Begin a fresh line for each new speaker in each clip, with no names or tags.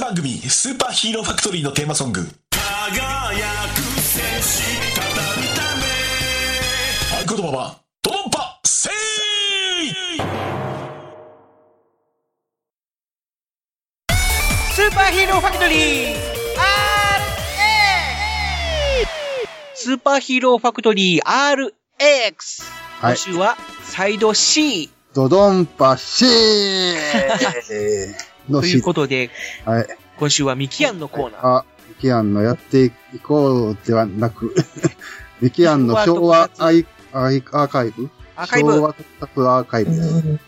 番組「スーパーヒーローファクトリー」のテーマソング
輝く戦士たたみため
合言葉は「ドドンパせい!」
スーパーヒーローファクトリー !RA! スーパーヒーローファクトリー RX!
はい
今週はサイド C!
ドドンパシーの
とい
シ
うことで、
はい。
今週はミキアンのコーナー。
あ、ミキアンのやっていこうではなく、 ミキアンの昭和アイアイアーカイブ
アーカイブ
昭
と
和特撮アーカイブです
いう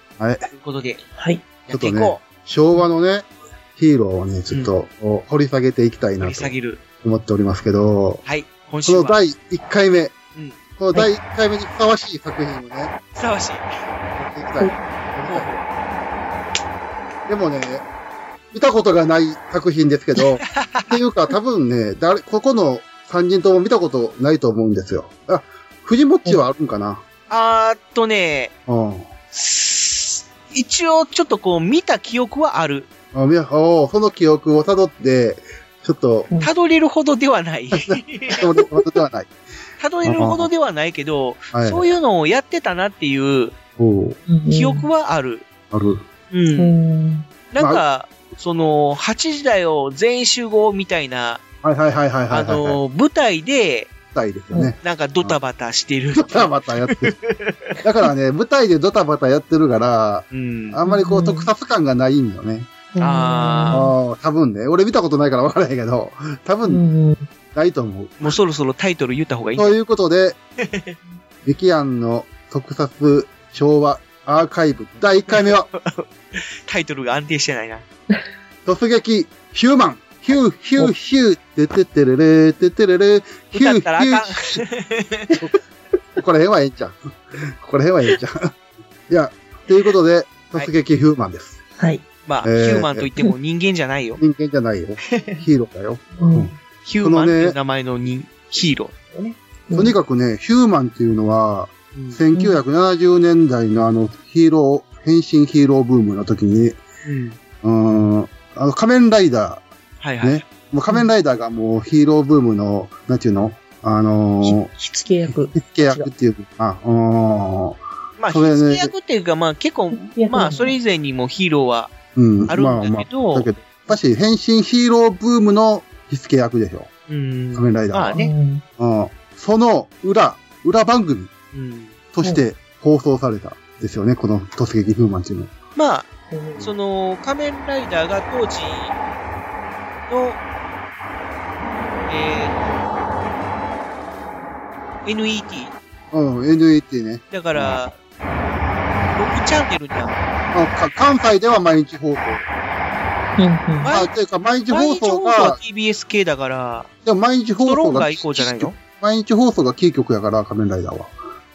ことで、
はい。
やっていこ。
昭和のね、ヒーローをね、ちょっとお掘り下げていきたいう
掘
な
り
と
下げる。
思っておりますけど、
はい。今
こ
週
の
は、
第1回目
うん、
この第1回目にふさわしい作品をね、や
ふさわしい。
っていきたい。でもね、見たことがない作品ですけど、っていうか多分ね、誰、ここの3人とも見たことないと思うんですよ。あ、藤もっちはあるんかな
あーっとね、
うん。
す一応ちょっとこう見た記憶はある。
あ、みや、おーその記憶を辿って、ちょっと、
たどれるほどでは ない。
そのことではない。
たどれるほどではないけど、
はい。
そういうのをやってたなっていう
おー
記憶はある。
ある。
う。
うんん。
なんか、その、8時だよ、全員集合みたいな、
はいはいはいはいは
あ
い、はい。
の、舞台で、
舞台ですよね。
なんかドタバタしてる。
ドタバタやってる。だからね、舞台でドタバタやってるから、
うん。
あんまりこ
う
うん特撮感がないんよね。
あ
ああ、多分ね。俺見たことないから分からへんけど、多
う
分
ん。
ないと思う。
もうそろそろタイトル言った方がいい。
というこ とで、ビキアンの特撮昭和アーカイブ第1回 目は、
タイトルが安定してないな。
突撃ヒューマンヒューヒューヒューてててれれててれれヒ
歌
ュー
っ
ヒ
たら
ュ
あ
ー
かん。
ここら辺はええんちゃう。ここら辺はええんちゃう。いや、ということで、突撃ヒューマンです。
はい。
まあ、ヒ
えー
ューマンといっても人間じゃない よ。
人間じゃな いよ。ヒーローだよ。
うん。
ヒューマンっていう名前の人ヒーロ
とにかくね、ヒューマンっていうのは、
ー。うん
1970年代のあのヒーロー、変身ヒーローブームの時に、
うん。
うーん、あの仮面ライダ
はい
ー
はい
ね。。もう仮面ライダーがもうヒーローブームの、なんていうのあの
火付け役。
ー、契約っていうか、うーん
まあ、火
それね
付け役っていうか、まあ結構、まあそれ以前にもヒーローは
うん。
ある
まあ
ん
ま
だ
あ
け、ど、
だけど、やっぱし変身ヒーローブームの火付け役でしょ。
うん。
仮面ライダー
ま
は
あね。
うん。その裏、裏番組
うん。
として放送された。ですよね、この突撃風満っていうの。
まあ、
うん
その、仮面ライダーが当時の、えー、NET。
うん、NET ね。
だから、6チャンネルには、
あか関西では毎日放
う
送。
ん
あ、というか、毎日
毎
放
日放
送
送は
が、
TBS 系だから、
でも毎日
ス
放
トロ
送
ンガ
が
ー以、降じゃないの
毎日放送がキー局やから、仮面ライダーは。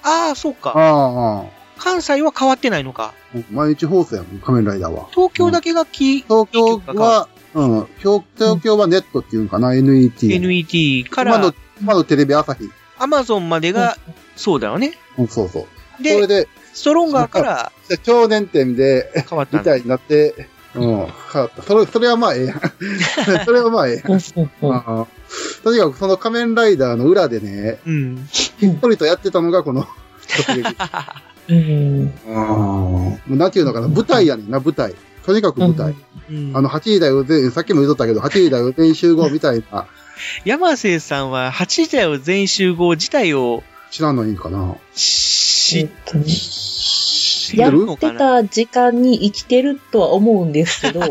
ああ、そうか。
ああ、
関西は変わってないのか。
毎日放送やもん、仮面ライダーは。
東京だけがき、
東京
キー局が
は、うん、東東京はネットっていうんかな、NET。
NET か
今
ら
の、、今のテレビ朝日。
Amazon までが、そうだよね。
うん、そうそう。それ
で、
で、
ストロンガーから
少年店で、
変わった
み
んだ
たいになって、うん、変わった。それ、それはまあええや ん。それはまあええやん。あーとにかくその仮面ライダーの裏でね、
うん。
ひっそりとやってたのがこ の突撃
うん。
もうなんていうのかな、舞台やねんな、舞台。とにかく舞台。
うん
あの、8時だよ、全、さっきも言っとったけど、8時だよ、全員集合みたいな、
山瀬さんは8時台を全集合自体を
知らんのいいんかな。
知っ知
や
る
って
のか
出
な
た時間に生きてるとは思うんですけ ど、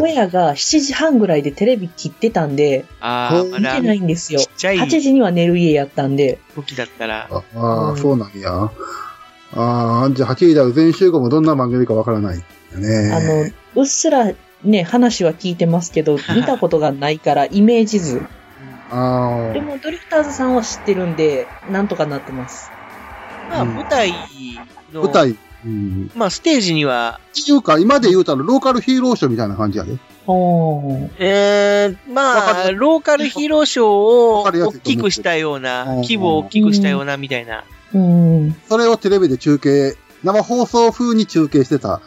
親が7時半ぐらいでテレビ切ってたんで、
ああ、ま
見
だ
てないんですよ
ちっ。ちゃ
8
い
時には寝る家やったんで、
時だったら、
ああー、
うん
そうなんや。ああ、じゃあ8時だよ、全員集合もどんな番組かわからないんだ
あの
ね。、
うっすらね、話は聞いてますけど、見たことがないからイメージ図。
あの、あ
でもドリフターズさんは知ってるんで、なんとかなってます。
まあ
うん
舞台の、
舞台。うん。っ
まあステージには、
ていうか、今で言うたらローカルヒーローショーみたいな感じやで。
おー。
えー、
わ
ま
か
あ、
る
ローカルヒーローショーを
わかりやす
大
いと思う
きくしたよう
う
な、
ん
規模を大きくしたようなみたいな。
うん。
それをテレビで中継、生放送風に中継してた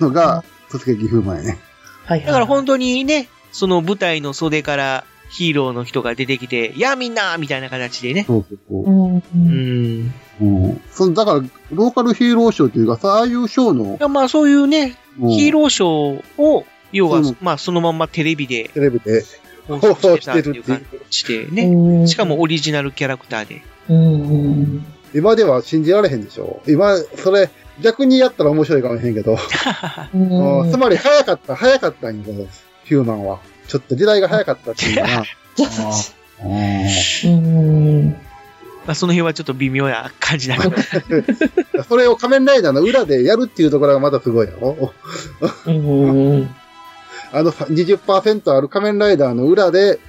のが、突撃風前ね。
はいはい。
だから本当にね、その舞台の袖からヒーローの人が出てきて、やあみんなみたいな形でね。
そうそうそう
う。ん。
うん。い
うんそのだから、ローカルヒーローショーというか、さああいうショーの、
やまあそういうね、
うん
ヒーローショーを、要は、
うん
まあそのまんまテレビで
テレビで
放
放
送
送
して
した
って
て
い
る
う
ってい
感
う。
じでね。
ね
しかもオリジナルキャラクターで。
うん。
今では信じられへんでしょ。今、それ、逆にやったら面白いかもしれへんけど、
う
うん
ん
つまり早かった、早かったんよ、ヒューマンは。ちょっと時代が早かったっていうか な。うん
うん。
まあその辺はちょっと微妙な感じだけど。
それを仮面ライダーの裏でやるっていうところがまたすごいやろ。
うん。
あの20%ある仮面ライダーの裏で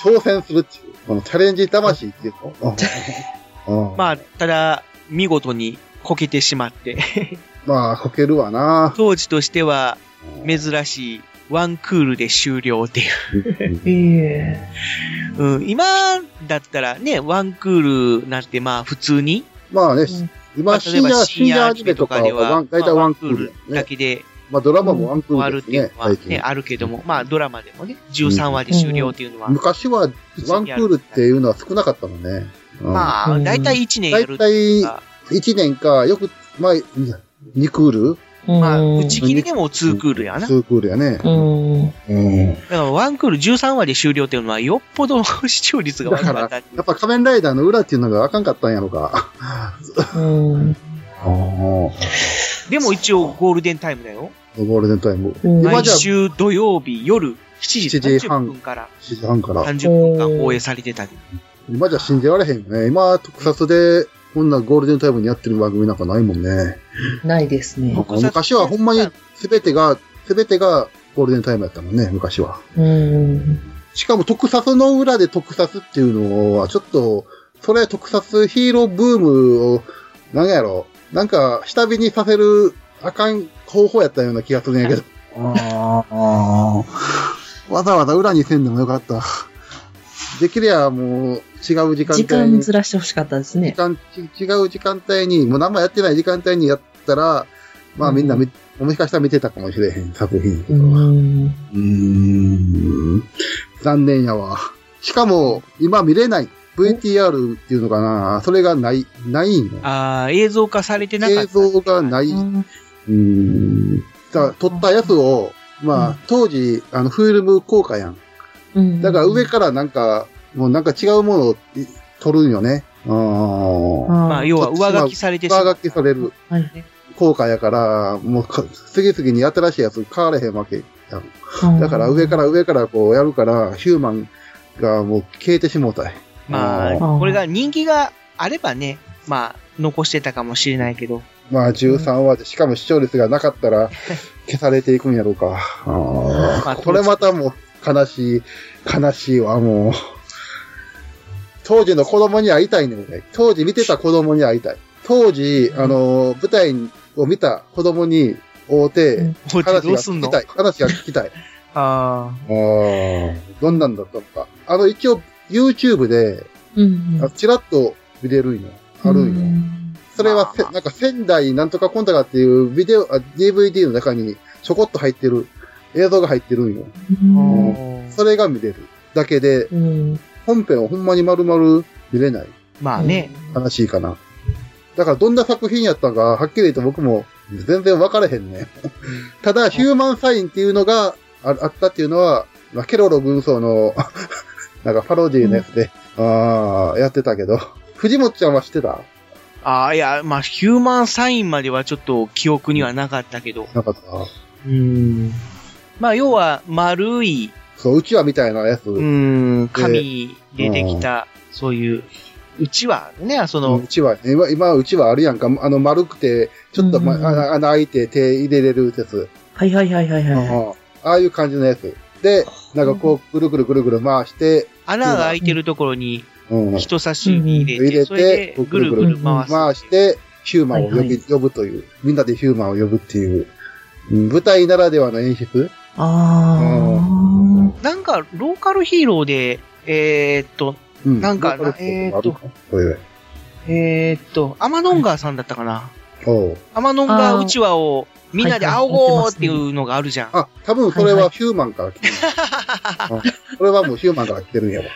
挑戦するっていう、このチャレンジ魂っていうの。 う ん
まあ、ただ、見事にこけてしまって、
まあ、こけるわな。
当時としては珍しいワンクールで終了っていう。
ええ。
うん、今だったらね、ワンクールなんてまあ普通に、
まあね、
ん
まあ
今
例
深
えば
夜、
深
深夜
夜
ア
ア
ニ
ニ
メ
メ
と
と
か
かで
はワ
は
ン、大体ワンクール
まあワンクールだ
やね。
けで
まあ、ドラマもワンク
終わ
ー
るっ
ル
て
で
いう
す
のは
ね、
ね、
最
あるけども、まあドラマでもね、13話で終了っていうのは、
近。昔はワンクールっていうのは少なかったもんね。うん
まあ
うん
大体1年や
大
ると
体
か、
1年か、よく、まあ、2クール
まあ
うん
打ち切りでも2クールやな。だ
?2 クールやね。
うん。
うん
からワンクール13話で終了っていうのはよっぽど視聴率が悪かったっていう
やっぱ仮面ライダーの裏っていうのがあかんかったんやろか。
うん。
ゴ
でも一応ゴールデンタイムだよ。
ールデンタイム。
うん
今
毎
じゃ
週土曜日夜7
7
時
時
30
半
分から
7時半から。
30分間放映されてたり。
今じゃ信じられへんよね。今、特撮で、こんなゴールデンタイムにやってる番組なんかないもんね。
ないですね。
特撮
昔はほんまに全てが、全てがゴールデンタイムやったもんね、昔は。
うん。
しかも特撮の裏で特撮っていうのは、ちょっと、それ特撮ヒーローブームを、なんやろ、なんか、下火にさせる、あかん方法やったような気がするんやけど。 わざわざ裏にせんでもよかった。できればもう、違う時間
時
帯
間
に。
ずらしてほしかったですね
時。間ち違う時間帯に、もう何もやってない時間帯にやったら、まあみんなみ、もしかしたら見てたかもしれへん作品。
うん。
うーん残念やわ。しかも、今見れない。VTR っていうのかなそれがない、ないんよ
ああ、映像化されてなか
映
った。
像がない。うーん。だから、撮ったやつを、ま
う
あ、当時、あの、フィルム効果やん。
うん
だから上からなんか、もうなんか違うものをい撮るんよね。あー
あ
まあ、
あ
要は上書きされてしまう
上書きされる
はい
効果やから、もうか、次々に新しいやつ買われへんわけやん。だから上から上からこうやるから、ヒューマンがもう消えてしもうたい。
まあ、
うん
これが人気があればね、まあ、残してたかもしれないけど、
まあ13話で、しかも視聴率がなかっ たら消されていくんやろうか。あ
まあ
ーこれまたもう悲しい、悲しいわ、もう。当時の子供に会いたいねんね。当時見てた子供に会いたい。当時、あの、舞台を見た子供に会う
う
て
ん、
どう
話が
すん
聞
の
きたい。話が聞きたい。
あ
ああ、どんなんだったのか。あの、一応、YouTube で、
うん
あチラッと見れるんよ。あるんよ。それはせ、なんか仙台なんとかコンタかっていうビデオ、あ DVD の中にちょこっと入ってる、映像が入ってるんよ。
うん
それが見れる。だけで、
うん
本編はほんまに丸々見れない。
まあね、
悲しいかな。だからどんな作品やったか、はっきり言って僕も全然分からへんね。ただ、ヒューマンサインっていうのがああったっていうのは、まあ、ケロロ軍曹の、 なんかパロディーのやつで、ああ、やってたけど。藤本ちゃんは知ってた
ああ、いや、まあ、ヒューマンサインまではちょっと記憶にはなかったけど、
なかった
うんまあ、要は、丸い、
そう、うちわみたいなやつ。
う、
うん
紙でできた、そういう、うちはね、その、
ちわ、今、今、うちわあるやんか。あの、丸くて、ちょっと、ま
うん
あ穴開いて手入れれるやつ。
はいはいはいはいは
あああいう感じのやつ。で、なんかこう、ぐるぐるぐるぐる回して、
穴が開いてるところに
うん、
人差し指入れ
入
て、
れ
それ
て、
でぐるぐる回す。
回して、ヒューマンを呼び、
はいはい
呼ぶという、みんなでヒューマンを呼ぶっていう、うん舞台ならではの演出
い。あ
なんか、ローカルヒーローで、えー、っと、
うん
なんか
ローカル
えー
こともあるかこれ
えー、っと、アマドンガーさんだったかな。
おう
天のんが
あー
うちわをみんなで
はいはい
仰ごうっていうのがあるじゃん。
あ、多分それ
はいは
はヒューマンか ら来てる。うんそれはもうヒューマンから来てるんやわ。うん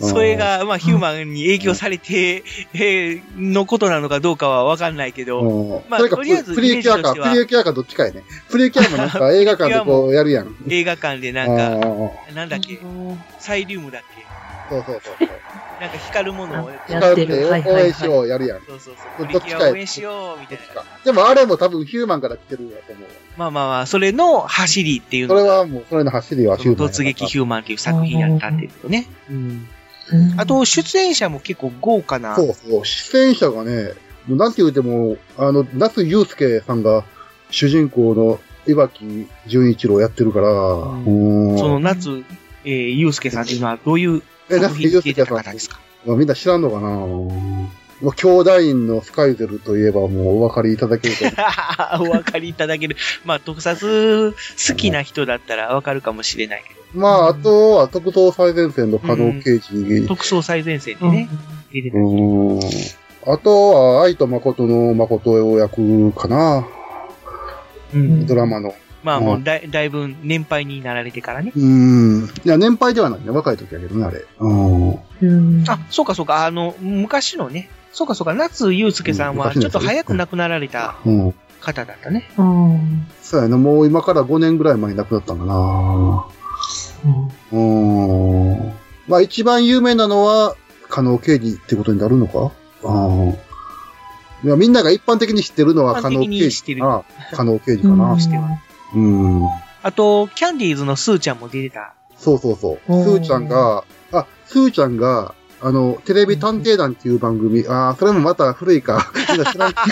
それ、が、まあ、ヒューマンに影響されて、えーのことなのかどうかはわかんないけど、
うん
まあ
それか
とりあえず
プリエキュア
イメージとし
か、
ては
プリエキュアかどっちかやね。プリエキュアもなんか映画 館でこうやるやん。
映画館でな
うん
か、
んうんうん
なんだっけ、サイリウムだっけ、
そうそうそうそう。
なんか光るものを、
あ
そう
やってる
使う
はいはい
応
はい
援しようやるやん。
そうそう、
こ
プ
れ
リ
どっ
キ
ち
ュ
か
ア
や
応援しよう、みたいな。
でもあれも多分ヒューマンから来てるんやと思うわ。
まあまあまあ、それの走りっていう
そ
の
れ
が、
はもう、それの走りはヒューマンやから。
突撃ヒューマンっていう作品やったっていうことね。うん
うん
あと、出演者も結構豪華な、
そうそう。出演者がね、なんて言うても、あの、夏井祐介さんが主人公の岩木純一郎やってるから、
ん
うん
その夏、えー、ゆうすけさんっていうのはどういう
え、
作
夏井
品
祐
系
介
た
さん
方ですか
まあみんな知らんのかなまあ兄弟院のスカイゼルといえばもうお分かりいただ けると思
お分かりいただける。まあ、特撮好きな人だったらわかるかもしれないけど、
う。まあ、あとは特等最前線の加納刑事に
特捜最前線でね、出てた。
うーんあとは、愛と誠の誠を役かな、
うん
ドラマの。
まあ、
うん
もうだいだいぶ年配になられてからね。
うーん。いや、年配ではないね。若い時やけどね、あれ。うん。
うん
あ、そうかそうか、あの、昔のね、そうかそうか、夏祐介さんは
うん昔
ちょっ
のやつ
と早く亡くなられた
うん。
方だったね。
うん
そうやな、もう今から5年ぐらい前に亡くなったんだなうーん。まあ、一番有名なのは、加納刑事ってことになるのかうん。いや、みんなが一般的に知ってるのは
一
加
般
納
的に
刑
知って
事
る
かな。加納刑事かな。
しては
うん。
あと、キャンディーズのスーちゃんも出てた。
そうそうそう。ス
おー
ーちゃんが、あ、スーちゃんが、あの、テレビ探偵団っていう番組、ああ、それもまた古 いか。みんな知らんか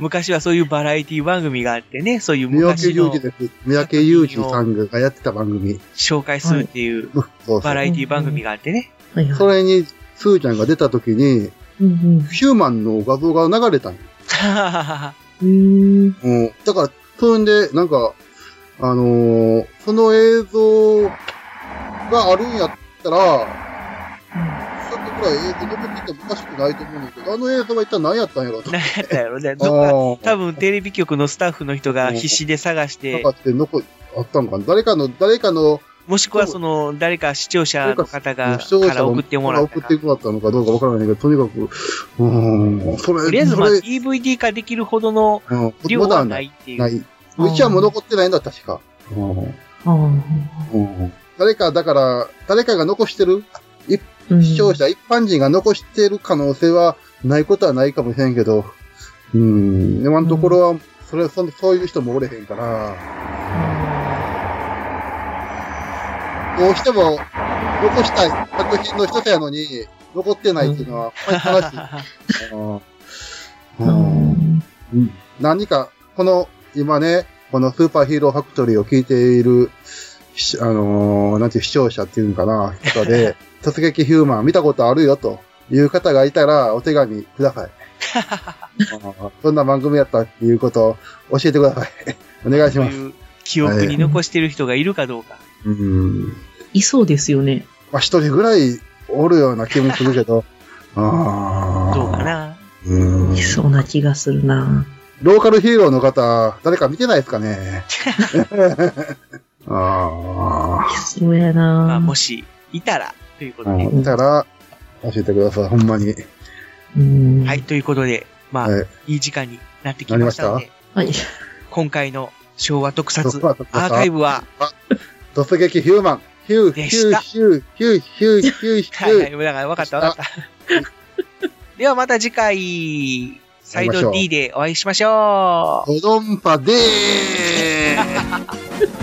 昔はそういうバラエティ番組があってね、そういう
三宅
昔
裕
の
二です。三宅裕二さんがやってた番組。
紹介するっていう
そうそう。
バラエティ番組があってね。
はいはい
それに、スーちゃんが出た時に、
うん
ヒューマンの画像が流れたんよ
うんうん
うん。だから、それで、なんか、あのーその映像があるんやったら、さっきくらい映像残っててもおかしくないと思うんだけど、あの映像は一体何やったんやろと。
何やったやろね。どっか
ああ。
多分テレビ局のスタッフの人が必死で探し
なん
て
か、って残りあったんかな誰かの、誰かの、
もしくはその、誰か視聴者の方が、
視聴者
から送ってもらった
送
か
ってもらったのかどうかわからないけど、とにかく、うーん、それ、
とりあえず、
そ
まあ、
れ、
DVD 化できるほどの
うん、
量
ま
は
だ
な
ない。
い ってい
な
う。
い。うちはもう残ってないんだ、確か。うん
あ
うん誰か、だから、誰かが残してる
ー
視聴者、一般人が残してる可能性はないことはないかもしれんけど、うん、今のところは、それ、そそういう人もおれへんから、どうしても残したい作品の一つやのに、残ってないっていうのは、ほんまに悲しい。
う
うん
ん
何か、この、今ね、このスーパーヒーローファクトリーを聞いている、しあのーなんていう視聴者っていうんかな、人 で、突撃ヒューマン見たことあるよという方がいたら、お手紙く ださい。あーどんな番組やったっていうことを教えてください。 お願いし
と
ます。
いう記憶に残してる人がいるかどうか。
うん。
いそうですよね。
まあ、一人ぐらいおるような気もする けど、あー
どうかな。
うん
いそうな気がするな。
ローカルヒーローの方、誰か見てないですかね あ
いそうや
まあ、
な。
もし、いたら、ということで。
あ。だから、教えてください、ほんまに。
うん
はい、。ということで、まあ、
はい。
いい時間になってきましたの
な
で
り、
はい。
今回の昭和特撮
昭和特撮
アーカイブは、
突撃ヒューマン。ヒュー、
で
ヒュ
し
ー、
た
ヒュー、ヒュー、ヒュー、ヒュー、ヒ
はいはい、
ュー。
だから分かった分かった。 ではまた次回、サイド D でお会いしましょう。
ドドンパでーす